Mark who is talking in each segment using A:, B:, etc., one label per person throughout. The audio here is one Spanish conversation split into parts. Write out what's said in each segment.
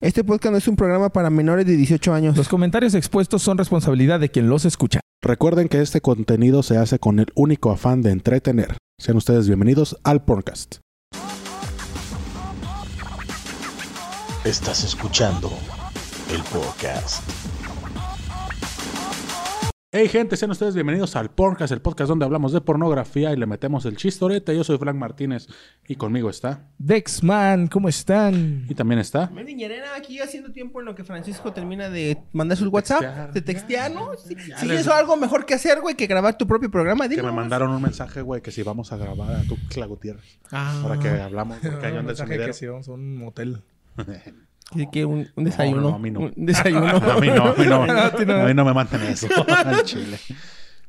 A: Este podcast no es un programa para menores de 18 años.
B: Los comentarios expuestos son responsabilidad de quien los escucha.
C: Recuerden que este contenido se hace con el único afán de entretener. Sean ustedes bienvenidos al podcast.
D: Estás escuchando el podcast.
C: Hey gente, sean ustedes bienvenidos al podcast, el podcast donde hablamos de pornografía y le metemos el chistorete. Yo soy Frank Martínez y conmigo está.
B: Dexman, ¿cómo están?
C: Y también está.
A: Me niñerena aquí haciendo tiempo en lo que Francisco termina de mandar sus WhatsApp, de textear, ¿no? Si, si
C: les-
A: eso algo mejor que hacer, güey, que grabar tu propio programa,
C: Que
A: dime.
C: me mandaron un mensaje, güey, que si vamos a grabar a tu Gutiérrez.
B: Ah.
C: Ahora que hablamos, güey, que hay un desumidero.
B: vamos a un motel.
A: Así que un, un desayuno.
C: No, no, a mí no.
A: Un desayuno.
C: A mí no, a mí no.
B: A ti no.
C: A mí no me mandan eso. Al chile.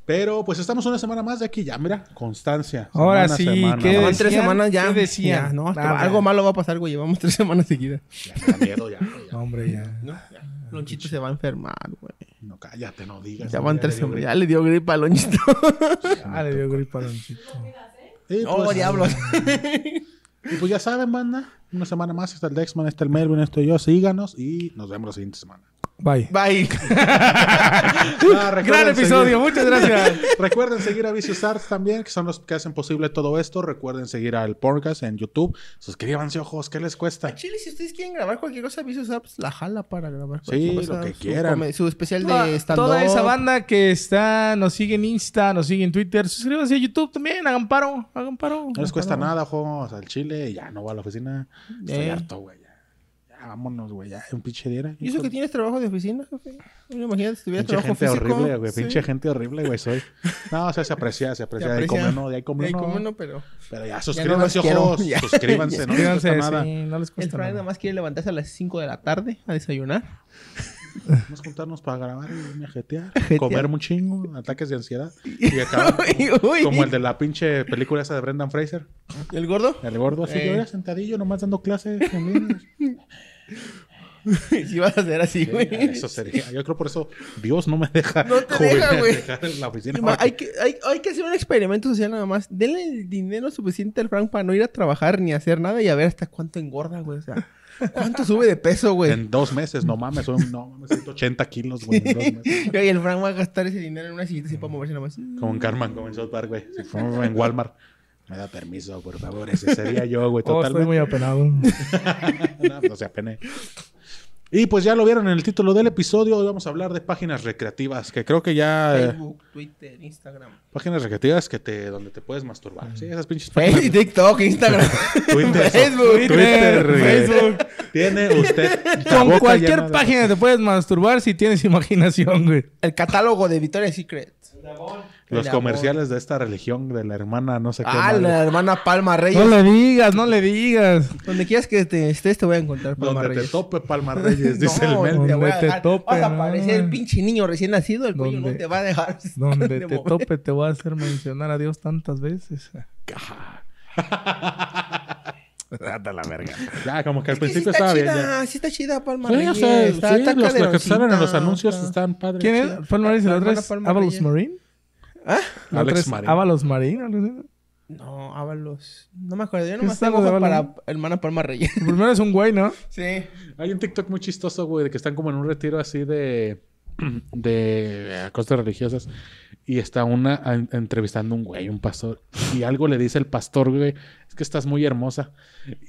C: Pero pues estamos una semana más de aquí ya, mira, constancia.
B: Ahora
C: Semana a
B: sí,
C: semana.
B: ¿qué
C: No,
A: Llevan
B: decían?
A: tres semanas ya.
B: ¿Qué decían?
A: Ya, no, que
B: Nada.
A: algo malo va a pasar, güey. Llevamos tres semanas seguidas.
C: ya me da miedo, ya, güey, ya.
B: Hombre, ya.
A: Lonchito se va a enfermar, güey.
C: No, cállate, no digas.
A: Ya van tres
C: le dio
A: semanas. Ya le dio gripa a Lonchito.
B: Ah, le dio gripa a Lonchito.
C: gripe. Y,
A: Oh,
C: pues,
A: diablos.
C: Y pues ya saben, banda. Una semana más está el Dexman, está el Melvin, estoy yo. Síganos y nos vemos la siguiente semana.
B: Bye.
A: Bye.
C: Ah, recuerden
B: Gran episodio, muchas gracias.
C: seguir- recuerden seguir a Vicious Arts también, que son los que hacen posible todo esto. Recuerden seguir al podcast en YouTube. Suscríbanse, ojos, ¿qué les cuesta?
A: Chile, si ustedes quieren grabar cualquier cosa, Vicious Apps pues, la jala para grabar
C: Sí,
A: cualquier cosa.
C: lo que
A: Su
C: quieran.
A: come- Su, especial
B: Toda-
A: de stand-up.
B: Toda esa banda que está, nos sigue en Insta, nos sigue en Twitter, suscríbanse a YouTube también, hagan paro, hagan paro.
C: No les
B: hagan
C: cuesta
B: paro.
C: nada, ojos, al chile. Ya no voy a la oficina. Estoy
A: Eh.
C: harto, güey. Ya. Ya, vámonos, güey. Ya, un pinche diera.
A: ¿Y eso que tienes trabajo de oficina, jefe? No imagínate si tuvieras
C: Pinche
A: trabajo
C: gente
A: físico.
C: horrible, güey.
A: Sí.
C: Pinche gente horrible, güey. Soy. No, o sea, se aprecia, se aprecia.
A: Se
C: Ahí come
A: aprecia.
C: uno, de ahí come
A: Ay,
C: uno.
A: cómo no, pero...
C: Pero ya,
A: los
C: suscríbanse,
A: quiero.
C: ojos.
A: Ya.
C: Suscríbanse, no les
B: Suscríbanse,
C: cuesta nada.
B: sí, no les
A: El
B: cuesta
A: Frank nada
B: nada.
A: más quiere levantarse a las 5 de la tarde a desayunar.
C: Vamos a juntarnos para grabar y irme a jetear,
A: jetear.
C: comer un chingo, ataques de ansiedad. Y acabar
A: Uy,
C: como-
A: uy.
C: como el de la pinche película esa de Brendan Fraser,
A: ¿El gordo?
C: el gordo así,
A: Eh.
C: yo era sentadillo nomás dando clases. con niños.
A: sí vas a hacer así, güey.
C: eso sería. Yo creo por eso Dios no me deja
A: No te
C: jubilar-
A: deja, güey.
C: dejar en la oficina.
A: Y ma-
C: porque-
A: Hay que, hay, hay que hacer un experimento social nada más. Denle el dinero suficiente al Frank para no ir a trabajar ni hacer nada y a ver hasta cuánto engorda, güey. O sea, cuánto sube de peso, güey.
C: En dos meses, no mames, son no, mames, 180 kilos, güey, en dos meses.
A: Y el Frank va a gastar ese dinero en una sillita así para moverse nada más.
C: Como en Carmen, como en South Park, güey. Si fuera en Walmart. Me da permiso, por favor. Ese sería yo, güey.
B: Oh,
C: Totalmente.
B: estoy muy apenado.
C: no, no se apene. Y pues ya lo vieron en el título del episodio. Hoy vamos a hablar de páginas recreativas, que creo que ya. eh,
A: Facebook, Twitter, Instagram.
C: páginas recreativas que te, donde te puedes masturbar. Sí, esas pinches
A: Mm. Facebook,
C: páginas.
A: TikTok, Instagram.
C: Twitter,
A: Facebook,
C: Twitter, eh,
B: Facebook.
C: Tiene usted. la boca
B: Con
C: llena
B: cualquier
C: de-
B: página te puedes masturbar si tienes imaginación, güey.
A: El catálogo de Victoria's Secret.
C: Los comerciales de esta religión, de la hermana, no sé qué.
A: Ah,
C: madre,
A: la hermana Palma
B: No
A: Reyes.
B: le digas, no le digas.
A: Donde quieras que te estés, te voy a encontrar Palma
C: Donde te
A: Reyes.
C: tope Palma Reyes, dice
A: no,
C: el
A: te
C: men.
A: voy a
B: Donde te
A: dejar.
B: tope,
A: Vas a
B: no.
A: parecer el pinche niño recién nacido, el cuello no
B: Donde-
A: te va a dejar.
B: Donde
A: de
B: te
A: mover.
B: tope te voy a hacer mencionar a Dios tantas veces. Date la verga.
C: Ya, como que al
A: Es que sí
C: principio
A: está
C: estaba bien. ya.
A: chida, sí está chida Palma
C: Sí, o
A: Reyes.
C: sea,
A: está,
C: sí,
A: está
C: los los que
A: caderoncita,
C: salen en los anuncios
A: está-
C: están padres.
B: ¿Quién
C: sí.
B: es? Palma Reyes y la otra
A: Hermana
B: es
A: Palma
B: Avalos
A: Reyes.
B: Marine.
A: ¿Ah?
B: La otra
C: Alex
B: es
C: Marín.
B: Avalos Marine. algo así.
A: No, Ábalos. No me acuerdo. Yo nomás tengo
B: algo de
A: ojos para
B: Ábalos?
A: hermana Palma Reyes.
B: El primero es un güey, ¿no?
A: sí.
C: Hay un TikTok muy chistoso, güey, de que están como en un retiro así de de eh, cosas religiosas y está una a- entrevistando a un güey, un pastor, y algo le dice el pastor, güey, es que estás muy hermosa.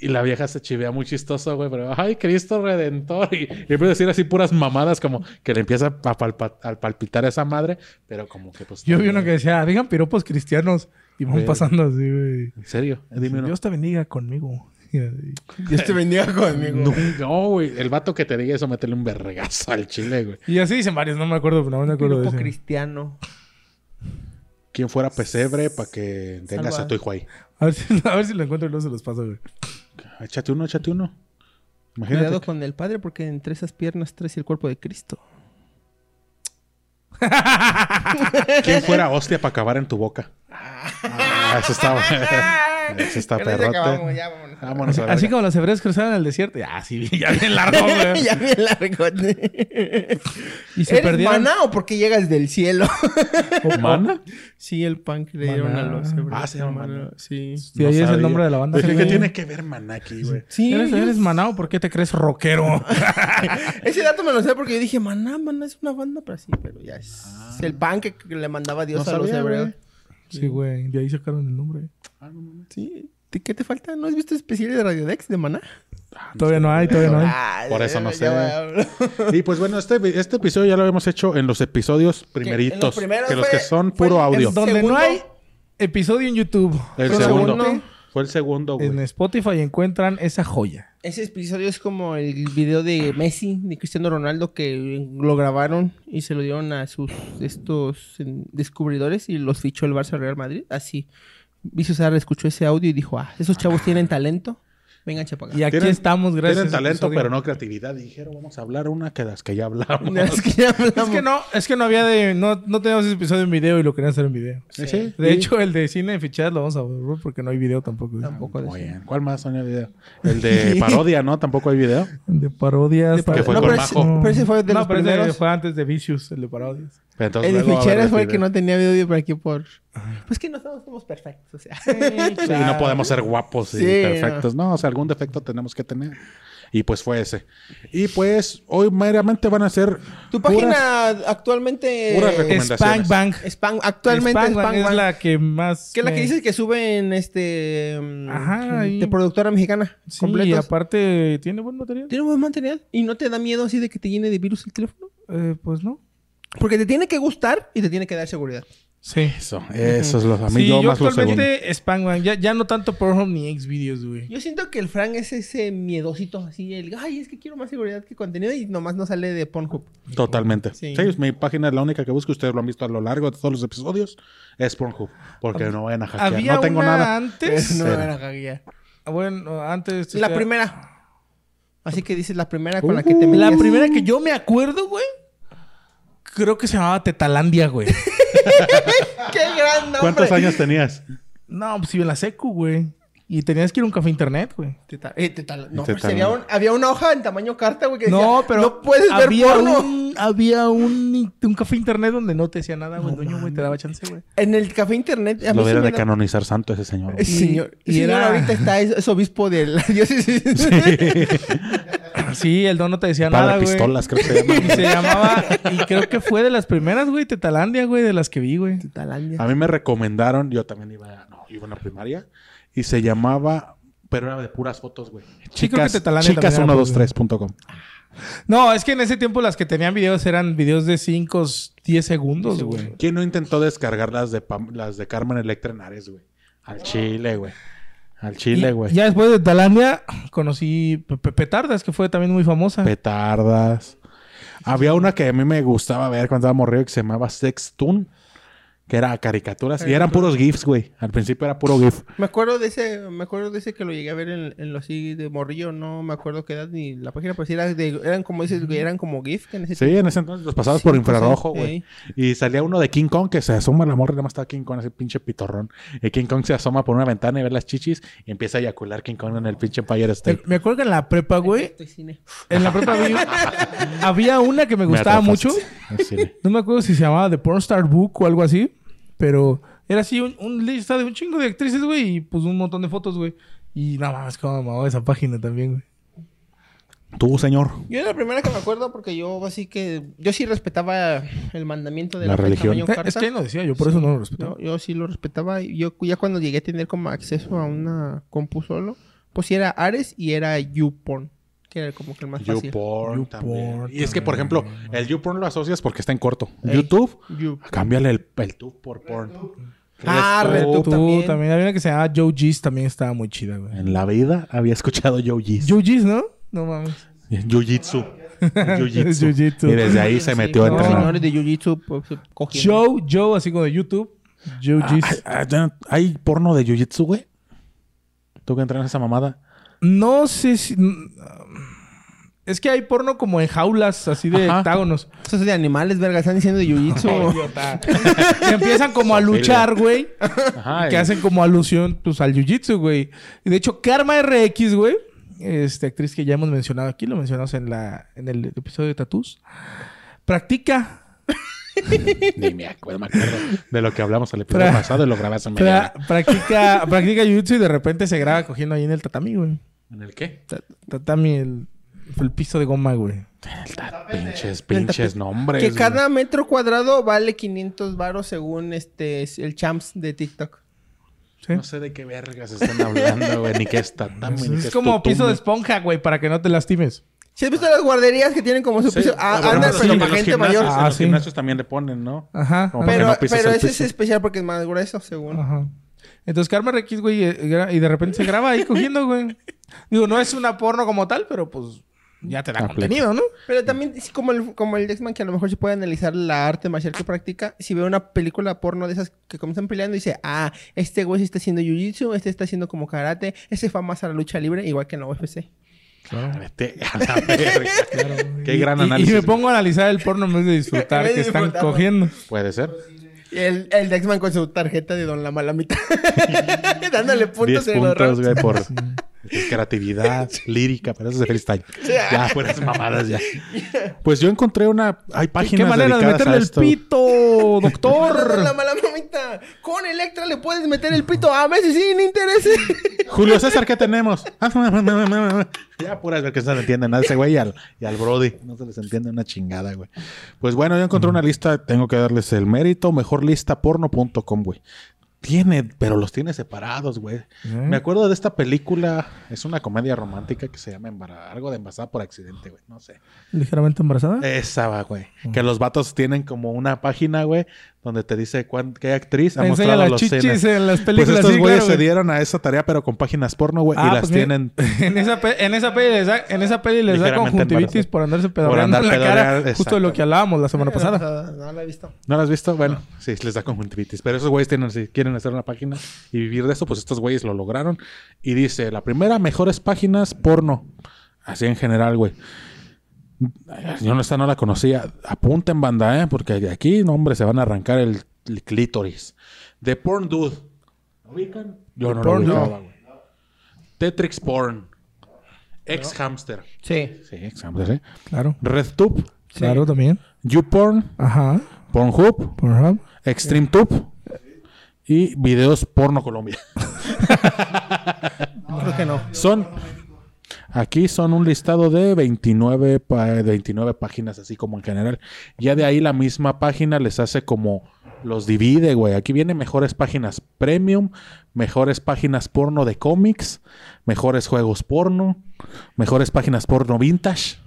C: Y la vieja se chivea muy chistoso, güey, pero ay, Cristo redentor y, y empieza a decir así puras mamadas como que le empieza a, palpa- a palpitar a esa madre, pero como que pues
B: Yo vi uno que decía, digan piropos cristianos. Y van
C: Güey.
B: pasando así, güey.
C: en serio, dime uno. este
B: Dios te bendiga conmigo.
A: Dios te bendiga conmigo.
C: No, no, güey, el vato que te diga eso métele un vergazo al chile, güey.
B: Y así dicen varios, no me acuerdo, no me acuerdo de
A: Grupo
B: ese.
A: cristiano.
C: Quien fuera pesebre para que tengas
A: Salva.
C: a tu hijo ahí.
B: A ver, si, a ver si lo encuentro y luego se los paso, güey.
C: Échate uno, échate uno. Imagínate.
A: Cuidado con el padre porque entre esas piernas traes el cuerpo de Cristo.
C: ¿Quién fuera hostia para acabar en tu boca? Ah, eso Ah, estaba. Ese está
A: Con ese
C: perrote.
A: acabamos, ya vámonos.
C: Vámonos a
B: Así
C: verga.
B: como los hebreos cruzaron el desierto. Ya, sí, ya bien
A: Ah,
B: largo, güey.
A: ya bien largote.
B: Y se
A: ¿Eres
B: perdieron.
A: maná o por qué llegas del cielo?
C: ¿Humana?
A: sí, el pan que le dieron a
B: Maná.
A: los hebreos.
C: Ah, se llama maná.
A: Sí.
B: Sí, ahí es el nombre de la banda.
C: Dije,
B: Sí.
C: ¿qué tiene que ver maná aquí, güey?
A: Sí,
B: ¿Eres,
A: yo-
B: eres maná o por qué te crees rockero?
A: Ese dato me lo sé porque yo dije, maná, maná es una banda, pero sí, pero ya es es el pan que, que le mandaba Dios
C: No
A: a los
C: sabía,
A: hebreos.
C: güey.
B: sí, güey. De ahí sacaron el nombre.
C: Ah, no, no, no.
A: Sí. ¿Te- ¿Qué te falta? ¿No has visto especiales de Radiodex de maná?
B: Ah, Todavía no hay, todavía no hay.
A: Ah,
C: Por eso no
A: ya
C: sé.
A: voy a-
C: Y pues bueno, este, este episodio ya lo habíamos hecho en los episodios primeritos.
A: en los primeros
C: que los
A: fue-
C: que son
A: fue
C: puro
A: el
C: audio.
A: segundo.
B: Donde no hay episodio en YouTube.
C: El
A: fue el
C: segundo.
A: segundo.
C: Fue el segundo, güey.
B: En Spotify encuentran esa joya.
A: Ese episodio es como el video de Messi, de Cristiano Ronaldo, que lo grabaron y se lo dieron a sus estos en- descubridores y los fichó el Barça Real Madrid. Así. Vicio Sarra escuchó ese audio y dijo, ah, esos chavos tienen talento. Vengan, chapaga.
B: Y aquí
C: Tienen-
B: estamos, gracias.
C: Tienen
B: a ese
C: talento,
B: episodio.
C: pero no creatividad. Y dijeron, vamos a hablar una que las que ya hablamos.
A: Es que ya
B: Es
A: hablamos.
B: que no, es que no había de. No, no teníamos ese episodio en video y lo querían hacer en video.
C: Sí, sí.
B: De hecho, el de cine de fichadas lo vamos a borrar porque no hay video tampoco.
A: Tampoco de
C: Muy bien. ¿Cuál más Sonia, el video? El de parodia, ¿no? Tampoco hay video.
B: De parodias.
A: De par-
C: Que fue
A: no,
C: con
A: pero ese-
C: Majo.
A: pero ese fue de
B: no,
A: los
B: pero ese
A: primeros.
B: fue antes de Vicious, el de parodias.
C: Pero entonces
A: El de
C: luego va a ¿eh? haber
A: ficheras fue el
C: video.
A: que no tenía video por aquí por... Pues que no somos, somos perfectos, o sea.
C: Sí, y no podemos ser guapos y
A: Sí,
C: perfectos. No. o sea, algún defecto tenemos que tener. Y pues fue ese. Y pues hoy meramente van a ser.
A: Tu
C: puras-
A: página actualmente...
C: Puras recomendaciones.
B: Spank Bank.
A: Spam- actualmente
B: Spank Bank
A: Spam
B: es
A: One.
B: la que más.
A: Que es la que
B: me-
A: dices que suben este mm,
B: Ajá, ahí.
A: de productora mexicana
B: Sí, y
A: completos.
B: aparte tiene buen material.
A: Tiene buen material y no te da miedo así de que te llene de virus el teléfono,
B: Eh, pues no.
A: porque te tiene que gustar y te tiene que dar seguridad.
B: Sí.
C: Eso, eso es lo a mí
B: sí,
C: yo,
B: yo,
C: más lo segundo.
B: actualmente Spank Bank. Ya, ya no tanto Pornhub ni Xvideos, güey.
A: Yo siento que el Frank es ese miedosito así, el ay, es que quiero más seguridad que contenido y nomás no sale de Pornhub.
C: Totalmente. Sí.
A: Sí.
C: mi página es la única que busco. Ustedes lo han visto a lo largo de todos los episodios. Es Pornhub. Porque no vayan a hackear.
B: Había
C: No tengo
B: una
C: nada.
B: antes.
A: no me
C: Cero.
A: van a hackear.
B: Bueno, antes. este,
A: La
B: o sea,
A: primera. Así que dices la primera con la que
C: Uh,
A: te
B: La
A: metías.
B: primera que yo me acuerdo, güey. Creo que se llamaba Tetalandia, güey.
A: Qué gran nombre.
C: ¿Cuántos años tenías?
B: no, pues iba en la secu, güey. Y tenías que ir a un café internet, güey.
A: Teta- eh, tetala- No,
C: Y
A: pero
C: tetala-
A: sería un- había una hoja en tamaño carta, güey, que decía,
B: No, pero
A: no puedes ver
B: había
A: porno.
B: un había un, in- un café internet donde no te decía nada, güey, el dueño, güey, te daba chance, güey.
A: En el café internet. A mí
C: Lo
A: sí
C: hubiera
A: me
C: de
A: da-
C: canonizar santo ese señor.
A: Eh, Señor,
B: Y- y
A: señor
B: era-
A: ahorita está, es, es obispo de la diócesis.
B: Sí, el don no te decía
C: Padre
B: nada, güey.
C: Pistolas, creo que se llama.
B: Y se llamaba y creo que fue de las primeras, güey, Tetalandia, güey, de las que vi, güey.
C: A mí me recomendaron, yo también iba, no, iba a una primaria, y se llamaba, pero era de puras fotos, güey.
B: Sí, creo que
C: Chicas,
B: Tetalandia
C: chicas
B: también era por-
C: 123.com.
B: No, es que en ese tiempo las que tenían videos eran videos de 5, 10 segundos, güey.
C: ¿Quién no intentó descargar las de, Pam- las de Carmen Electra Henares, güey? Al chile, güey. Al chile,
B: Y
C: güey.
B: Ya después de Tetalandia conocí Pe- Pe- Petardas, que fue también muy famosa.
C: Petardas. Había una que a mí me gustaba ver cuando estaba morrido que se llamaba Sextoon. Que era caricaturas. Y eran puros GIFs, güey. Al principio era puro GIF.
A: Me acuerdo de ese, me acuerdo de ese que lo llegué a ver en, en lo así de morrillo, no me acuerdo qué edad ni la página, pero sí era de, eran como dices, güey, eran como GIF que en ese
C: Sí, en ese entonces los pasabas por
A: Sí,
C: infrarrojo,
A: sí.
C: güey. Y salía uno de King Kong que se asoma a la morra y nada más estaba King Kong, ese pinche pitorrón. Y King Kong se asoma por una ventana y ve las chichis y empieza a eyacular King Kong en el pinche Empire
B: Me-
C: State.
B: Me acuerdo que en la prepa, güey,
A: Estoy cine.
B: En la prepa había, había una que me gustaba mucho. No me acuerdo si se llamaba The Pornstar Book o algo así. Pero era así un, un lista de un chingo de actrices, güey. Y pues un montón de fotos, güey. Y nada más, como me mamó esa página también, güey.
C: Tú, señor.
A: Yo era la primera que me acuerdo porque yo así que yo sí respetaba el mandamiento de
C: La
A: la,
C: religión.
A: tamaño
B: Eh,
A: carta.
B: Es que no decía, yo por eso no lo respetaba.
A: Yo, yo sí lo respetaba. y Yo ya cuando llegué a tener como acceso a una compu solo, pues sí era Ares y era YouPorn, que era como que el más fácil.
C: YouPorn también.
B: YouPorn
C: Y es que, por
B: también,
C: ejemplo, el YouPorn lo asocias porque está en corto.
A: Ey.
C: YouTube,
A: You-
C: cámbiale el, el tube por porn.
A: Ah,
C: Eres tú.
A: Red Tube.
B: Tú
A: también.
B: también. Había una que se llamaba Joe G's, también estaba muy chida, güey.
C: En la vida había escuchado Joe Gis.
B: Joe G's, ¿no? No mames.
C: Jiu-Jitsu. Jiu-Jitsu.
B: Jiu-jitsu.
C: Y desde ahí se
A: Sí,
C: metió a
A: como
C: entrenar.
A: señores de Jiu-Jitsu pues, cogiendo.
B: Joe, Joe, así como de YouTube. Joe G's.
C: Ah, ah, ya no- ¿Hay porno de jiu-jitsu, güey? ¿Tú que entrenas esa mamada?
B: No sé si. mm, Es que hay porno como en jaulas, así de
C: Ajá.
B: hectágonos.
A: Eso es de animales, verga. Están diciendo de jiu-jitsu.
B: Idiota. que empiezan como a luchar, güey.
C: Ajá.
B: que
C: y-
B: hacen como alusión pues al jiu-jitsu, güey. Y de hecho, Karma RX, güey, este actriz que ya hemos mencionado aquí, lo mencionamos en la en el episodio de Tatús, practica
C: Ni me acuerdo, me acuerdo de lo que hablamos el episodio
B: Tra-
C: pasado y lo grabé hace
B: pra-
C: mañana.
B: practica practica jiu-jitsu y de repente se graba cogiendo ahí en el tatami, güey.
C: ¿En el qué?
B: Ta- Tatami el, el piso de goma, güey.
C: Pinches, pinches nombres.
A: que
C: güey.
A: cada metro cuadrado vale 500 varos según este es el champs de TikTok.
B: ¿sí?
C: No sé de qué vergas están hablando, güey, ni qué es tatami, ni qué
B: es como
C: tutum.
B: piso de esponja, güey, para que no te lastimes.
A: ¿Sí has visto las guarderías que tienen como su
C: Sí,
A: piso? Ah,
C: bueno,
A: andan,
C: sí,
A: pero
C: en
A: para
C: los
A: gente
C: gimnasios-
A: mayor.
C: En
B: Ah,
C: los
B: sí.
C: gimnasios también le ponen, ¿no?
B: Ajá.
C: Como
B: ajá.
C: que
A: Pero,
C: no pisas
A: pero
C: el
A: ese es
C: piso. Ah.
A: especial porque es más grueso, según.
B: Ajá. Entonces Karma Rex, güey, eh, gra- y de repente se graba ahí cogiendo, güey. Digo, no es una porno como tal, pero pues ya te da
C: Aplica.
B: contenido, ¿no?
A: Pero también, es como el, como el Dexman, que a lo mejor se puede analizar la arte marcial que practica. Si ve una película porno de esas que comienzan peleando, dice, ah, este güey se está haciendo jiu-jitsu, este está haciendo como karate, ese fue más a la lucha libre, igual que en la UFC.
C: Vete a la verga. Qué gran
B: Y- y-
C: análisis.
B: Y, me pongo a analizar el porno en vez de disfrutar
A: En vez
B: que
A: de
B: están
A: disfrutar, güey.
B: cogiendo.
C: Puede ser.
A: Y el, el Dexman con su tarjeta de Don la Malamita, dándole
C: 10
A: puntos en los
C: puntos,
A: rounds.
C: güey, por creatividad lírica, pero eso es de freestyle. Ya, puras mamadas, ya. Pues yo encontré una. Hay
B: ¿Qué
C: páginas.
B: manera de
C: dedicadas a
B: meterle el
C: esto.
B: pito,
A: Don la
B: doctor?
A: Malamita, con Electra le puedes meter el pito a veces sin interés.
C: Julio César, ¿qué tenemos? ya, puras ver que no se le entiende nada a ese güey y al, y al Brody. No se les entiende una chingada, güey. Pues bueno, yo encontré una lista, tengo que darles el mérito, mejorlistaporno.com, güey. Tiene, pero los tiene separados, güey. Me acuerdo de esta película, es una comedia romántica que se llama Embara- algo de embarazada por accidente, güey, no sé.
B: ¿Ligeramente embarazada?
C: Esa va, güey. Que los vatos tienen como una página, güey, donde te dice cuán- qué actriz ha
B: Enseña
C: mostrado
B: las
C: los
B: chichis
C: senos.
B: en las
C: Pues
B: películas.
C: estos
B: sí,
C: güeyes
B: claro,
C: se
B: güey.
C: dieron a esa tarea, pero con páginas porno, güey,
B: Ah,
C: y las
B: pues mira,
C: tienen
B: En esa, pe- en esa peli les da, en esa peli les da
C: Ligeramente
B: conjuntivitis
C: embarazada.
B: por andarse
C: Por
B: pedaleando
C: andar
B: en la cara.
C: pedaleando,
B: Justo de lo que hablábamos la semana pasada.
A: No, la he visto.
C: ¿No las has visto? Bueno, sí, les da conjuntivitis. Pero esos güeyes tienen, si quieren hacer una página y vivir de eso, pues estos güeyes lo lograron. Y dice, la primera, mejores páginas porno. Así en general, güey. Yo no, esta no la conocía. Apunten banda, ¿eh? Porque de aquí, no, hombre, se van a arrancar el, el clítoris. The Porn Dude. ¿Lo ubican? Yo no lo
B: Porn Dude.
C: ubicaba, güey. Tetrix Porn. Ex Hamster.
A: Sí.
C: Sí, Ex Hamster, ¿eh?
B: Claro.
C: RedTube.
B: Claro, también.
C: YouPorn.
B: Ajá.
C: Pornhub.
B: Pornhub.
C: Extreme Tube y Videos Porno Colombia.
A: Creo que no.
C: Son aquí son un listado de 29 pa- 29 páginas así como en general. Ya de ahí la misma página les hace como los divide, güey. Aquí viene mejores páginas premium, mejores páginas porno de cómics, mejores juegos porno, mejores páginas porno vintage.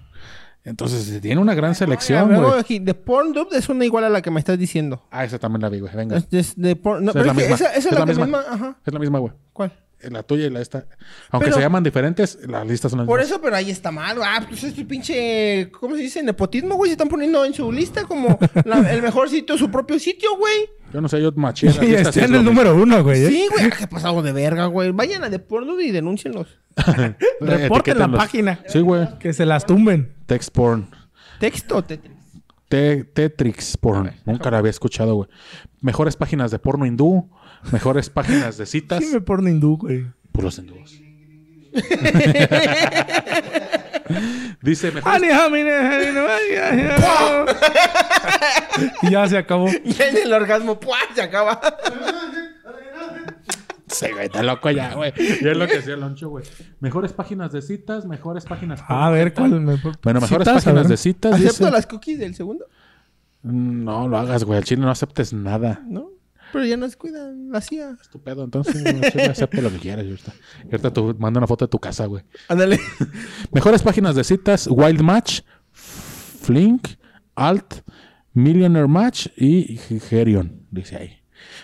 C: Entonces, tiene una gran selección,
A: Hablamos
C: güey.
A: aquí de Pornhub es una igual a la que me estás diciendo.
C: Ah, esa también la vi, güey. Venga.
A: Es, es de Porn- no,
C: Esa es
A: pero
C: la
A: es que
C: misma.
A: esa, esa es, la, que misma. Ajá.
C: Es la misma, güey.
A: ¿Cuál?
C: La tuya y la esta. Aunque
A: Pero-
C: se llaman diferentes, las listas son las
A: Por
C: mismas.
A: eso, pero ahí está mal. Ah, pues es tu pinche. ¿Cómo se dice? Nepotismo, güey. Se están poniendo en su lista como la- el mejor sitio, su propio sitio, güey.
C: Yo no sé, yo maché. las
B: Y
C: listas,
B: está
C: sí es
B: en
C: lo
B: el
C: mismo.
B: número uno, güey. ¿eh?
A: Sí, güey. ah, Qué pasado de verga, güey. Vayan a de Pornhub y denúncienlos.
C: Eh,
B: Reporten la
C: etiquétenlos.
B: página.
C: Sí, güey.
B: Que se las tumben.
C: Text porn.
A: Texto, Tetris.
C: Te- Tetrix porn. Nunca la había escuchado, güey. Mejores páginas de porno hindú. Mejores páginas de citas.
B: Sí me porno hindú, güey.
C: Por los hindúes. Dice mejores.
B: Ani, ami, ne, ani, no, ay, ay, ay. Y ya se acabó.
A: Y en el orgasmo, ¡pua! Se acaba.
C: Sí, güey, está loco ya, güey. Ya es lo que hacía el loncho, güey. Mejores páginas de citas. Mejores páginas.
B: A ver cuál me
C: Bueno, mejores
B: Citas, a
C: páginas
B: ver.
C: de citas.
A: ¿Acepto
C: dice-
A: las cookies del segundo?
C: Mm, No lo hagas, güey. Al chile no aceptes nada.
A: ¿No? Pero ya nos cuidan la CIA.
C: Es tu pedo, entonces güey, al chile, acepta lo que quieras. Y ahorita, y ahorita tú manda una foto de tu casa, güey.
A: Ándale.
C: Mejores páginas de citas: Wild Match, Flink, Alt, Millionaire Match y Gerion, dice ahí.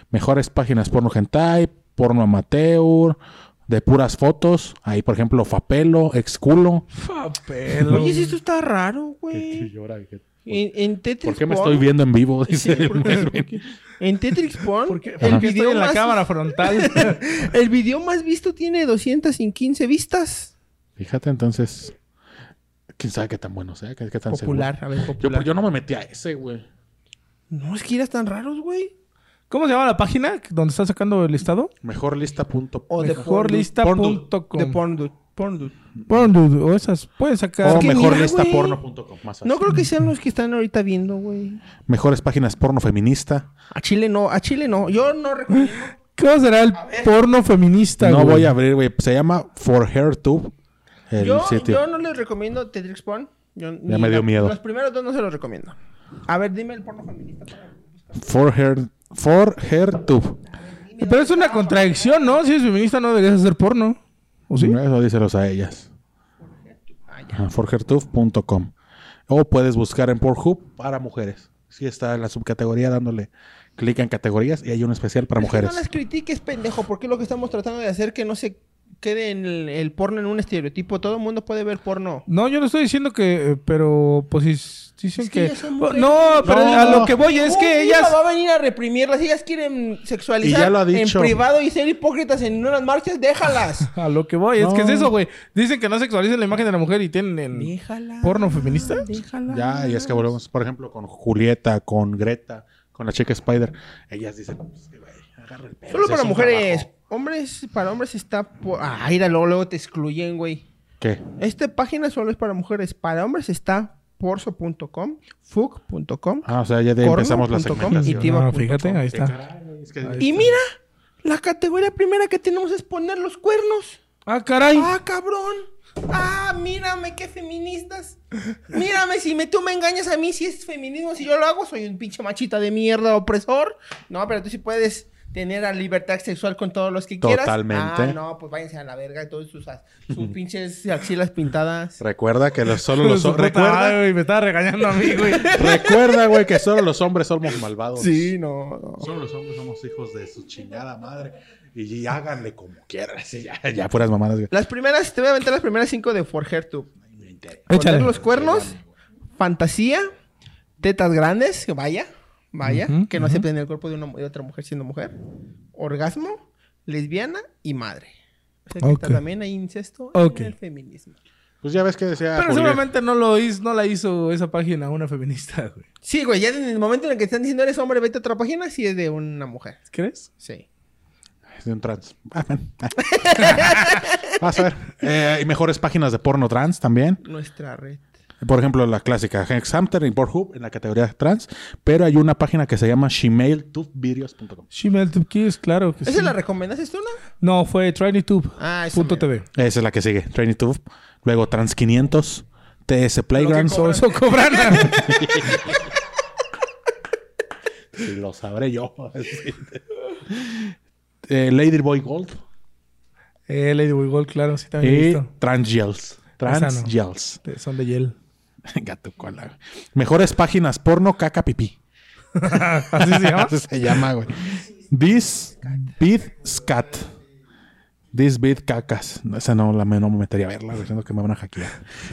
C: Mejores páginas: porno hentai, porno amateur, de puras fotos. Ahí, por ejemplo, Fapelo, Exculo.
B: Papel.
A: Oye, si esto está raro, güey. En, en Tetris
C: ¿Por qué me
A: Porn-
C: estoy viendo en vivo? Dice
A: Sí,
C: el
A: ¿por qué?
C: Melvin.
A: En Tetrix Porn,
B: ¿Por qué,
A: el,
B: por qué estoy
A: video
B: en la
A: más,
B: cámara frontal?
A: el video más visto tiene 215 vistas.
C: Fíjate, entonces. Quién sabe qué tan bueno sea, qué, qué tan
A: Popular, a ver,
C: seguro. Yo, pues,
A: popular.
C: yo no me metí a ese, güey.
A: No, es que eras tan raros, güey.
B: ¿Cómo se llama la página donde está sacando el listado?
A: O
C: Mejorlista.com.
A: de
B: Mejorlista.com.
A: De Porndude. Porndude.
B: Porndude, o esas. Puedes sacar.
C: O
A: que
C: mejorlistaporno.com. más fácil.
A: No creo que sean los que están ahorita viendo, güey.
C: Mejores páginas porno feminista.
A: A Chile no, a Chile no. Yo no recuerdo.
B: ¿Cómo será el porno feminista?
C: no
B: güey?
C: voy a abrir, güey. Se llama For Her Tube. El
A: yo,
C: sitio.
A: yo no les recomiendo Tetrix Porn. Yo- ni
C: me dio
A: la-
C: miedo.
A: Los primeros dos no se los recomiendo. A ver, dime el porno feminista. para-
C: For Her, for her Tube.
B: Pero es una contradicción, ¿no? Si eres feminista, no deberías hacer porno.
A: ¿Oh,
B: ¿O sí?
C: Eso díselos a ellas.
A: Ah,
C: Ajá, forhertube.com. O puedes buscar en Pornhub para mujeres. Si está en la subcategoría dándole clic en categorías y hay un especial para
A: Es que
C: mujeres.
A: No las critiques, pendejo, porque es lo que estamos tratando de hacer que no se quede en el, el porno en un estereotipo. Todo el mundo puede ver porno.
B: No, yo no estoy diciendo que. eh, Pero, pues, si- dicen
A: Es que
B: que.
A: ellas son mujeres.
B: no, pero
C: No.
B: a lo que voy es
A: Un día
B: que ellas.
A: va a venir a reprimirlas. Ellas quieren sexualizar
C: Y ya lo ha dicho.
A: en privado y ser hipócritas en unas marchas. Déjalas.
B: A lo que voy, es que es
C: No.
B: eso, güey. Dicen que no sexualicen la imagen de la mujer y tienen en
A: Déjalas.
B: porno feminista.
A: Déjalas.
C: Ya, y es que volvemos, por ejemplo, con Julieta, con Greta, con la chica Spider. Ellas dicen, "Pues, güey, agarra el pelo,
A: Solo
C: es
A: para
C: un
A: mujeres.
C: trabajo".
A: Hombres, para hombres está... por- Ah, mira, luego, luego te excluyen, güey.
C: ¿Qué?
A: Esta Este página solo es para mujeres. Para hombres está porso.com, fuc.com.
C: Ah, o sea, ya de ahí empezamos la
A: Corno.com
C: segmentación.
A: y tiba-
B: Ah, fíjate, ahí está.
C: Caray, güey, es que-
A: Y mira, la categoría primera que tenemos es poner los cuernos.
B: Ah, caray.
A: ¡Ah, cabrón! ¡Ah, mírame, qué feministas! Mírame, si me, tú me engañas a mí, si es feminismo, si yo lo hago, soy un pinche machita de mierda, opresor. No, pero tú sí puedes tener la libertad sexual con todos los que quieras.
C: Totalmente.
A: Ah, no, pues váyanse a la verga y todas sus, as- sus pinches axilas pintadas.
C: Recuerda que los- solo
B: Pero
C: los
B: su Pues, puta
C: hombres.
B: madre,
C: Recuerda,
B: güey, me estaba regañando a mí, güey.
C: recuerda, güey, que solo los hombres somos malvados.
A: Sí, no, no.
C: Solo los hombres somos hijos de su chingada madre. Y, y háganle como quieran. así, ya, ya puras mamadas, güey.
A: Las primeras, te voy a aventar las primeras cinco de Forger Tube.
C: Me interesa.
B: Échale.
A: Poner los cuernos, fantasía, tetas grandes, que vaya, vaya,
B: Ujú,
A: que no acepten el cuerpo de, una, mu- de otra mujer siendo mujer, orgasmo, lesbiana y madre. O sea que está
B: Ok.
A: también hay incesto
B: Ok.
A: en el feminismo.
C: Pues ya ves que decía.
B: Pero
C: Julieta-
B: seguramente no lo hizo, no la hizo esa página una feminista, güey.
A: Sí, güey, ya en el momento en el que están diciendo eres hombre, vete a otra página, si es de una mujer.
B: ¿Crees?
A: Sí.
C: De un trans. Ah, man. Vas a ver. Eh, y mejores páginas de porno trans también.
A: Nuestra red.
C: Por ejemplo, la clásica Hexhamster y Pornhub en la categoría trans. Pero hay una página que se llama shemailtubevideos.com.
B: Shimel Tube Kids, claro que
A: ¿Esa
B: sí.
A: la recomendaste tú, no?
B: No, fue
A: Ah, eso
B: TrinyTube.tv.
C: Esa es la que sigue. TrainyTube. Luego Trans 500. TS
A: Lo
C: Playground.
A: que cobran.
B: Eso cobran.
C: Sí, Lo sabré yo. Eh, Ladyboy Gold.
B: eh, Lady Gold, claro, sí también he
C: Y
B: visto.
C: Trans Gels. Trans
B: Esa no.
C: Gels.
B: De- Son de Yel.
C: Gato cola, güey. Mejores páginas porno caca pipí.
B: Así se llama.
C: Así se llama, güey. This Beat Scat. This Beat Cacas. No, esa no, la, me- no me metería a verla, güey. Siento que me van a hackear.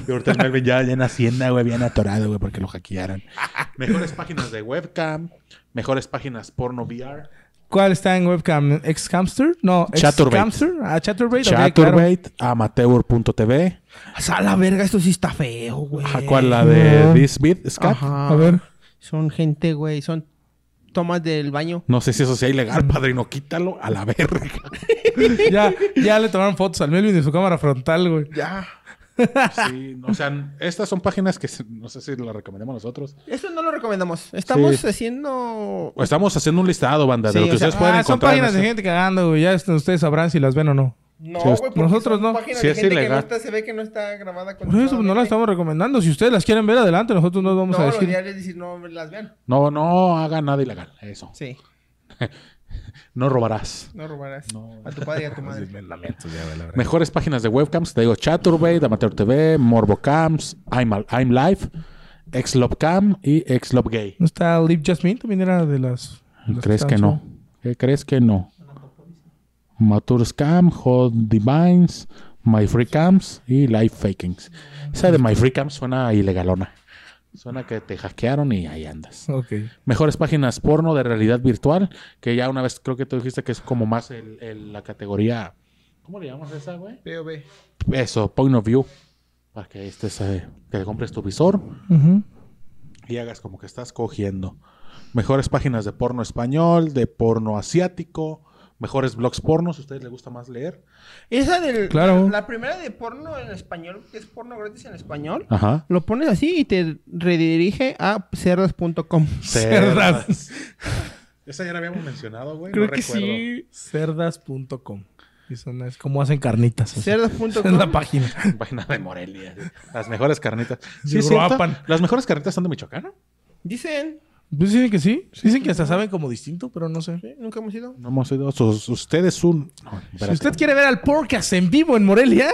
C: Y ahorita el Melvin ya, ya en Hacienda, güey, bien atorado, güey, porque lo hackearon. Mejores páginas de webcam. Mejores páginas porno VR.
B: ¿Cuál está en webcam? ¿Ex-Hamster? No,
C: Chaturbate.
B: ¿Ex-Hamster? Ah, Chaturbate. ok, claro.
C: Chaturbate, amateur.tv.
A: O sea, la verga, esto sí está feo, güey.
C: ¿A Ah, cuál? La de
B: no.
C: This Beat Scat.
A: Ajá.
B: A ver.
A: Son gente, güey, son tomas del baño.
C: No sé si eso sea ilegal, padrino. Quítalo a la verga.
B: Ya, ya le tomaron fotos al Melvin de su cámara frontal, güey.
C: Pues
A: Ya.
C: Sí, no, o sea, estas son páginas que se- no sé si las recomendamos nosotros.
A: Eso no lo recomendamos. Estamos
C: Sí.
A: haciendo.
C: O Estamos haciendo un listado, banda, de
A: Sí,
C: lo que
A: o sea,
C: ustedes pueden
B: Ah, son
C: encontrar. en
B: páginas de
C: este-
B: gente cagando, güey. Ya este, ustedes sabrán si las ven o no.
A: No,
C: Sí, es-
A: güey, porque
B: nosotros
A: son
B: no.
A: páginas
C: Sí,
A: de
C: es
A: gente que
C: ilegal.
A: no está, se ve que no está grabada con
B: Por eso pues, no las estamos recomendando. Si ustedes las quieren ver adelante, nosotros no vamos
A: no,
B: a
A: los
B: decir.
A: diarios dicen, no las vean.
C: No, no haga nada ilegal. Eso.
A: Sí,
C: No robarás.
A: no robarás.
C: No.
A: A tu padre y a tu madre.
C: Mejores páginas de webcams, te digo Chaturbate, Amateur TV, Morbocams, I'm, Al- I'm Live, Exlobcam y Exlobgay.
B: ¿No está Liv Jasmine? También era de las. las
C: ¿Crees que
B: estaban
C: no? ¿Qué crees que no? Maturscam, Hot Divines, My Free Camps y Life Fakings. Esa de My Free Camps suena ilegalona. Suena que te hackearon y ahí andas.
B: su- Ok.
C: Mejores páginas porno de realidad virtual, que ya una vez creo que tú dijiste que es como más el- el- la categoría. ¿Cómo le llamamos a esa, güey?
A: POV.
C: Eso, Point of View. Para que estés, eh, que compres tu visor
B: Ujú.
C: y hagas como que estás cogiendo. Mejores páginas de porno español, de porno asiático, mejores blogs pornos, si a ustedes les gusta más leer.
A: Esa del.
B: Claro.
A: La primera de porno en español, que es porno gratis en español.
C: Ajá.
A: Lo pones así y te redirige a cerdas.com.
B: Cerdas.
C: Esa ya la habíamos mencionado, güey.
B: Creo
C: no
B: que
C: recuerdo.
B: sí. Cerdas.com. Y son- Es como hacen carnitas. así. Es la
A: Cerdas.com.
B: página.
C: Vaina de Morelia. Las mejores carnitas.
B: De
C: ¿Sí es cierto?
B: Uruapan.
C: ¿Las mejores carnitas son de Michoacán? no?
A: Dicen.
B: Pues dicen que sí. Dicen que hasta saben como distinto, pero no sé.
A: ¿eh? Nunca hemos ido.
C: No hemos ido. Sus- usted es un. no,
B: Si
C: espérate.
B: usted quiere ver al podcast en vivo en Morelia,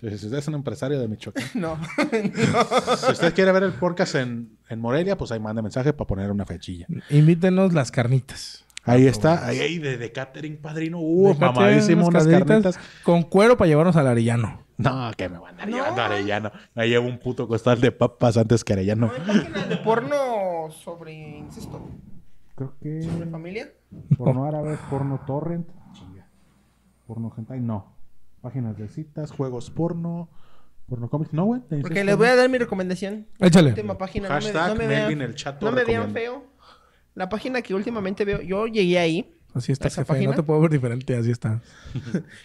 C: Si usted es un empresario de Michoacán.
A: No.
C: si usted quiere ver el podcast en, en Morelia, pues ahí manda mensaje para poner una fechilla.
B: invítenos las carnitas.
C: Ahí está. Ahí, ahí de, de catering padrino. Uh,
B: Déjate
C: mamadísimo unas carnitas.
B: Con cuero para llevarnos al Arellano.
C: No, que me van a andar llevando a Arellano. Me llevo un puto costal de papas antes que Arellano.
A: Hay páginas de porno sobre incesto.
C: Creo que
A: Sobre familia.
C: porno árabe, porno torrent. Chinga. Porno hentai, no. Páginas de citas, juegos porno, porno cómics. No, güey. te
A: Porque
C: insisto,
A: les voy a dar mi recomendación.
B: Échale.
A: Última página.
C: Hashtag
A: no me, no me
C: Melvin
A: vean,
C: el chato
A: no me vean
C: recomienda.
A: feo. La página que últimamente veo, yo llegué ahí.
B: Así está,
A: ¿Esa
B: jefe.
A: página?
B: No te puedo ver diferente. Así está.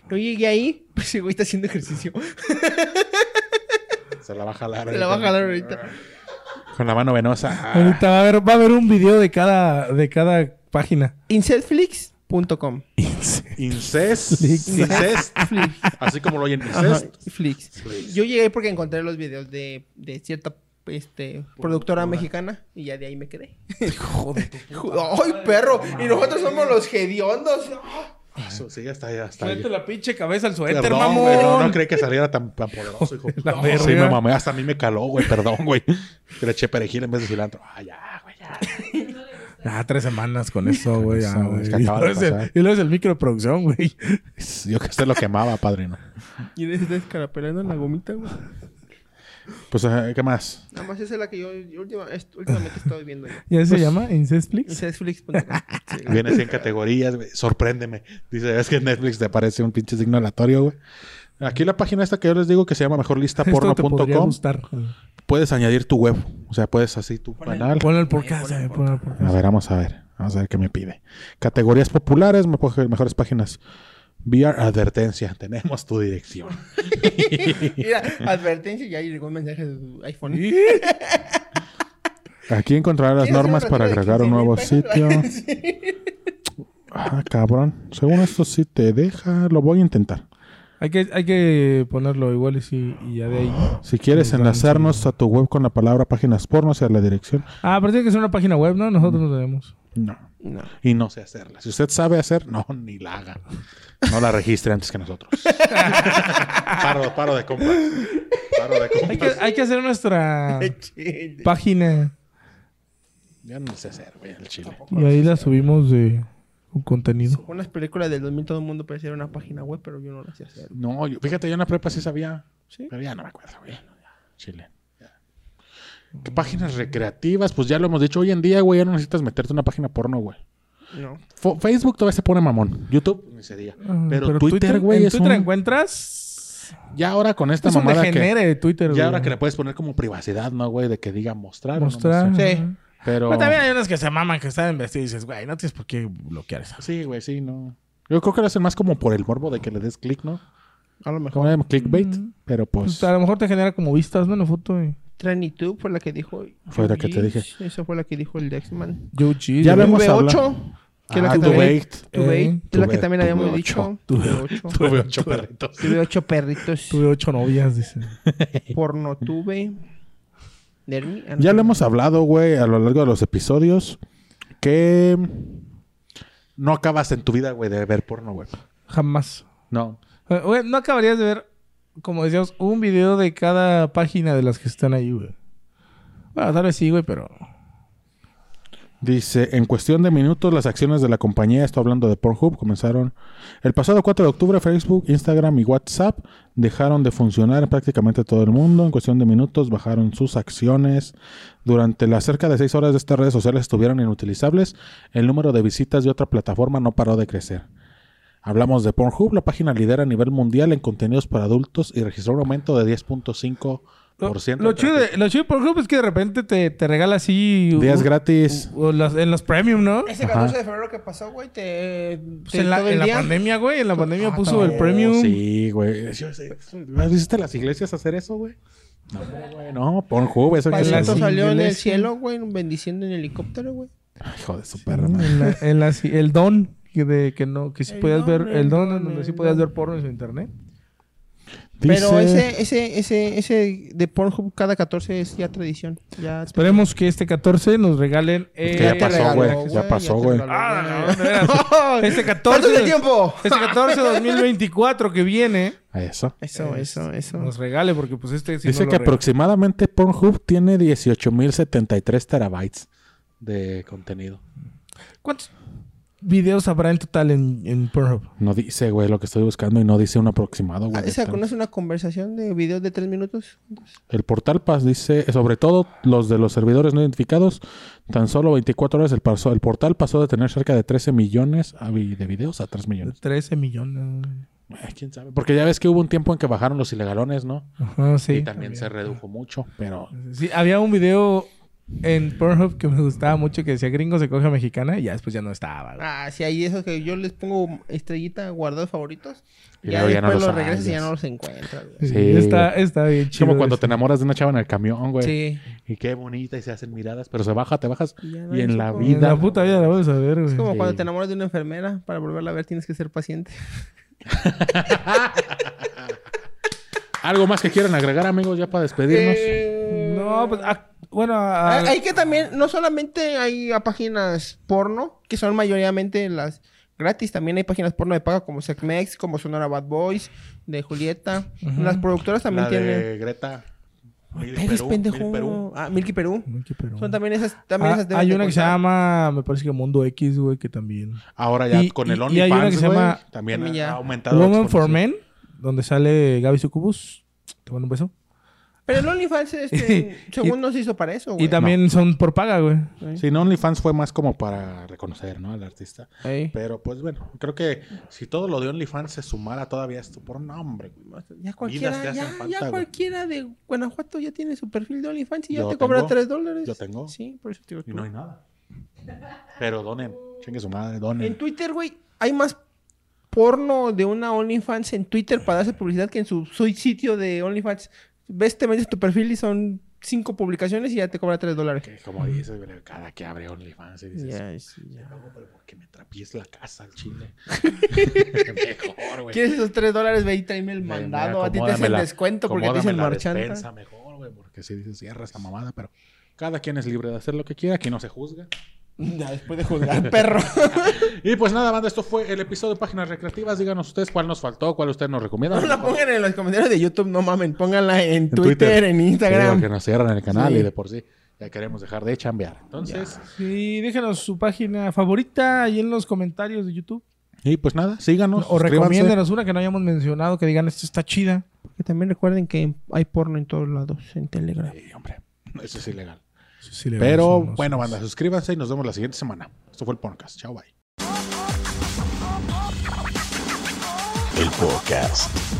A: Yo llegué ahí, pues ese güey está haciendo ejercicio.
C: Se la va a jalar.
A: Se la va a jalar ahorita.
C: Con la mano venosa.
B: Ahorita va a, haber, va a haber un video de cada, de cada página.
A: Incestflix.com.
C: Incest. Incest. Así como lo oyen,
A: Ajá,
C: incest.
A: Flix. Yo llegué ahí porque encontré los videos de, de cierta este, productora mexicana y ya de ahí me quedé. ¡Ay, perro! Y nosotros somos los hediondos.
C: Eso, sí, ya está, ya está.
B: Mete la pinche cabeza al suéter,
C: Perdón,
B: mamón.
C: güey, no, no creí que saliera tan, tan poderoso, hijo.
B: La
C: No,
B: verga.
C: sí, me mamé. Hasta a mí me caló, güey. Perdón, güey. Que le eché perejil en vez de cilantro. Ah, ya, güey, ya.
B: Ah, tres semanas con eso, güey.
C: eso,
B: ah,
C: güey, es que
B: güey. Y
C: acaba de
B: luego es el-
C: pasar.
B: y luego es el micro de producción, güey.
C: Pues, Yo que sé lo quemaba, padrino.
A: Y eres descarapelando en la gomita, güey.
C: Pues, eh, ¿qué más?
A: Nada más esa es la que yo, yo última- est- últimamente estoy viendo. yo.
B: ¿Ya se llama? ¿Incestflix?
A: Incestflix.com. Sí.
C: Viene así en categorías, güey. Sorpréndeme. Dice, es que en Netflix te aparece un pinche signo aleatorio, güey. Aquí la página esta que yo les digo que se llama
B: Esto te podría
C: mejorlistaporno.com.
B: gustar.
C: Puedes añadir tu web. O sea, puedes así tu canal.
B: Ponlo al podcast, eh, ponlo al podcast.
C: A ver, vamos a ver. Vamos a ver qué me pide. Categorías populares, me coge mejores páginas. VR advertencia, tenemos tu dirección.
A: Mira, advertencia, ya llegó un mensaje de tu iPhone.
C: Aquí encontrarás las
A: Tienes un
C: normas para
A: recibo de
C: agregar un
A: 15,000
C: nuevo sitio.
A: pesos.
C: Ah, cabrón. Según esto sí te deja. Lo voy a intentar.
B: Hay que, hay que ponerlo igual y, sí, y ya de ahí.
C: Si quieres enlazarnos a tu web con la palabra páginas porno hacia la dirección.
B: Ah, pero tiene que ser una página web, ¿no? Nosotros no tenemos.
C: No.
A: No.
C: Y no sé hacerla. Si usted sabe hacer, no, ni la haga. No la registre antes que nosotros. paro, paro de compras. Paro de
B: Hay que,
C: compras.
B: hay que hacer nuestra
A: Chile.
B: página
C: Ya no sé hacer, güey, el chile.
B: y ahí la subimos de un contenido.
A: Unas películas del 2000 todo el mundo parecía una página web, pero yo no las sé hacer.
C: No, yo, fíjate, yo en la prepa sí sabía.
A: ¿Sí?
C: Pero ya no me acuerdo, güey. Chile. Ya. ¿Qué Páginas recreativas, pues ya lo hemos dicho. Hoy en día, güey, ya no necesitas meterte en una página porno, güey.
A: No.
C: Fo- Facebook todavía se pone mamón. YouTube, ni se diga.
B: Ah,
C: Pero, Twitter, güey,
B: En
C: es
B: Twitter
C: un...
B: encuentras.
C: Ya ahora con esta
B: es un
C: mamada que...
B: degenere de Twitter,
C: Ya ahora
B: güey.
C: que le puedes poner como privacidad, ¿no, güey? De que diga mostrar. o no
B: mostrar.
C: mostrar.
A: Sí.
B: ajá.
C: Pero...
B: Pero también hay unas que se maman que están en vestido y dices, güey, no tienes por qué bloquear eso.
C: Sí, güey, sí, no. Yo creo que lo hacen más como por el morbo de que le des clic, ¿no?
A: A lo mejor.
C: Como de clickbait, pero pues...
B: Pues, a lo mejor te genera como vistas, menos foto. Y...
A: Tranitube fue la que dijo.
C: Fue la que te
A: Yuji. Esa fue la que dijo el Dexman.
B: Yo chido.
C: Ya lo hemos hablado.
A: V8. Que es la
C: Ah,
A: que también.
C: Tubate.
B: Eh,
A: Tubate. Es la que
C: Tubate,
A: también habíamos
C: Tubate
A: dicho. V8.
C: Tuve ocho perritos.
A: V8 perritos.
B: Tuve ocho novias, dice.
A: Porno tuve. Nermi. ah, no.
C: Ya lo hemos hablado, güey, a lo largo de los episodios, que no acabas en tu vida, güey, de ver porno, güey.
B: Jamás.
C: No.
B: Eh, Güey, no acabarías de ver, como decíamos, un video de cada página de las que están ahí, güey. Bueno, tal vez sí, güey, pero.
C: Dice, en cuestión de minutos, las acciones de la compañía, estoy hablando de Pornhub, comenzaron el pasado 4 de octubre. Facebook, Instagram y WhatsApp dejaron de funcionar en prácticamente todo el mundo. En cuestión de minutos, bajaron sus acciones. Durante las cerca de 6 horas de estas redes sociales estuvieron inutilizables. El número de visitas de otra plataforma no paró de crecer. Hablamos de Pornhub, la página líder a nivel mundial en contenidos para adultos y registró un aumento de 10.5%.
B: Lo, lo chido de, lo chido de Pornhub es que de repente te, te regala así...
C: Días
B: un-
C: gratis.
B: o las- en los premium, ¿no?
A: Ese 14 de febrero que pasó, güey, te...
B: Pues
A: te
B: en, la,
A: todo
B: en
A: el
B: la
A: día.
B: pandemia, güey. En la pandemia
A: Ah,
B: puso el
A: no,
B: premium.
C: Sí, güey. Yo sé- ¿No ¿Has visto las iglesias hacer eso, güey? No, güey, no. Pornhub, eso que
B: En
A: Pablito
B: las
A: salió en el
B: iglesias.
A: cielo, güey, bendiciendo en helicóptero, güey.
C: Hijo de su perra, madre.
B: En la- en la- sí, el don. Que, de, que no, que sí
A: El
B: podías
A: don,
B: ver...
A: el
B: El don,
A: don,
B: en donde
A: el
B: sí podías
A: don.
B: ver porno en su internet.
A: Pero ese,
C: Dice-
A: ese, ese, ese de Pornhub cada 14 es ya tradición. Ya
B: Esperemos que este 14 nos regalen...
C: Pues que
B: eh,
C: ya pasó,
B: regalo.
C: güey. Ya pasó, güey.
B: Ah, no, no, de veras. Este 14...
A: ¿Cuánto es el tiempo?
B: Este 14 de 2024 que viene...
C: A Eso.
A: Eso, eso, eso.
B: Nos regale, porque pues este... si
C: Dice
B: no
C: que
B: lo regala-
C: aproximadamente Pornhub tiene 18.073 terabytes de contenido.
B: ¿Cuántos videos habrá en total en, en Pornhub?
C: No dice, güey, lo que estoy buscando y no dice un aproximado,
A: Ah,
C: güey.
A: ¿Esa
C: Están-
A: conoce una conversación de videos de tres minutos?
C: El portal Paz dice, sobre todo los de los servidores no identificados, tan solo 24 horas el, paso, el portal pasó de tener cerca de 13 millones a vi- de videos a 3 millones.
B: 13 millones.
C: Ay, ¿Quién sabe? Porque ya ves que hubo un tiempo en que bajaron los ilegalones, ¿no?
B: Ajá, sí.
C: y también se redujo mucho, pero...
B: Sí, había un video en Pornhub que me gustaba mucho que decía gringo se coge a mexicana y ya después ya no estaba. güey.
A: Ah, sí, hay esos que yo les pongo estrellita guardados favoritos.
C: Y
A: Ya
C: luego ya no
A: después
C: los
A: los regresas y ya
C: hallas.
A: no los encuentras, güey.
C: Sí,
B: está, está bien
C: Es
B: chido.
C: como cuando
B: eso.
C: te enamoras de una chava en el camión, güey.
A: Sí.
C: Y qué bonita y se hacen miradas, pero se baja, te bajas
A: Y ya no
C: y
A: hay
C: en la
A: chico.
B: En
C: vida...
B: la puta vida la vamos a ver,
A: Es
B: güey.
A: como
C: Sí.
A: cuando te enamoras de una enfermera, para volverla a ver tienes que ser paciente.
C: Algo más que quieran agregar, amigos, ya para despedirnos.
B: Eh, No, pues... ah, bueno, ah,
A: Eh, Hay, hay que también, no solamente hay a páginas porno, que son mayoritariamente las gratis, también hay páginas porno de paga como Secmex, como Sonora Bad Boys, de Julieta. Las productoras también
C: la
A: tienen.
C: de Greta. Mil
A: Ay,
C: Perú,
A: pendejo.
C: Mil Perú.
A: Ah, Milky Perú.
B: Milky Perú.
A: Son también esas. También
B: ah,
A: esas deben
B: hay
A: de
B: una que se
A: contar.
B: llama, me parece que Mundo X, güey, que también.
C: Ahora ya
B: Y-
C: con
B: y-
C: el
B: y hay una que
C: OnlyFans,
B: se
C: güey,
B: llama-
C: también
A: También
C: ha-
A: ya.
C: ha aumentado. la
B: Woman for
C: exponencia.
B: Men, donde sale Gaby Sucubus. Te mando un beso.
A: Pero el OnlyFans, este, según nos hizo para eso, güey.
B: Y también son por paga, güey.
C: Sí, no, OnlyFans fue más como para reconocer, ¿no? Al artista.
A: Ey.
C: Pero pues bueno, creo que si todo lo de OnlyFans se sumara todavía esto por nombre, güey.
A: Ya cualquiera,
C: Vidas te
A: ya,
C: hacen
A: ya
C: falta, güey.
A: cualquiera de Guanajuato ya tiene su perfil de OnlyFans y ya
C: Yo
A: te cobra
C: tengo.
A: 3 dólares.
C: Yo tengo.
A: Sí, por eso te digo
C: Y
A: tú.
C: no hay nada. Pero donen, chingue su madre,
A: En
C: donen.
A: Twitter, güey, hay más porno de una OnlyFans en Twitter para darse publicidad que en su, su sitio de OnlyFans. Ves, te metes tu perfil y son cinco publicaciones y ya te cobra 3 dólares.
C: Que como dices, güey, cada que abre OnlyFans y dices,
A: Ya, sí, ya.
C: "No, pero porque me trapies la casa al chile. Mejor, güey.
A: ¿Quieres esos 3 dólares? Ve y tráeme el
C: Me- me
A: mandado. A ti te
C: acomódame
A: hacen
C: la-
A: descuento porque te
C: acomódame
A: dicen
C: la
A: marchanta.
C: despensa mejor, güey, porque si dices cierra esa mamada, pero cada quien es libre de hacer lo que quiera, aquí no se juzga.
A: Ya, después de juzgar, perro.
C: Y pues nada, banda, esto fue el episodio de Páginas Recreativas. Díganos ustedes cuál nos faltó, cuál usted nos recomienda.
A: No la pongan en los comentarios de YouTube, no mamen. Pónganla en
C: En Twitter.
A: Twitter, en Instagram.
C: que nos cierran el canal
A: Sí.
C: y de por sí ya queremos dejar de chambear. Entonces,
B: Sí, déjanos su página favorita ahí en los comentarios de YouTube.
C: y pues nada, síganos.
B: O
C: suscríbanse.
B: recomiéndenos una que no hayamos mencionado, que digan, esta está chida.
A: Que también recuerden que hay porno en todos lados, en Telegram.
C: Sí, hombre, eso es ilegal.
B: Pero,
C: Pero bueno, banda, suscríbanse y nos vemos la siguiente semana. Esto fue el podcast. Chao, bye.
D: El podcast.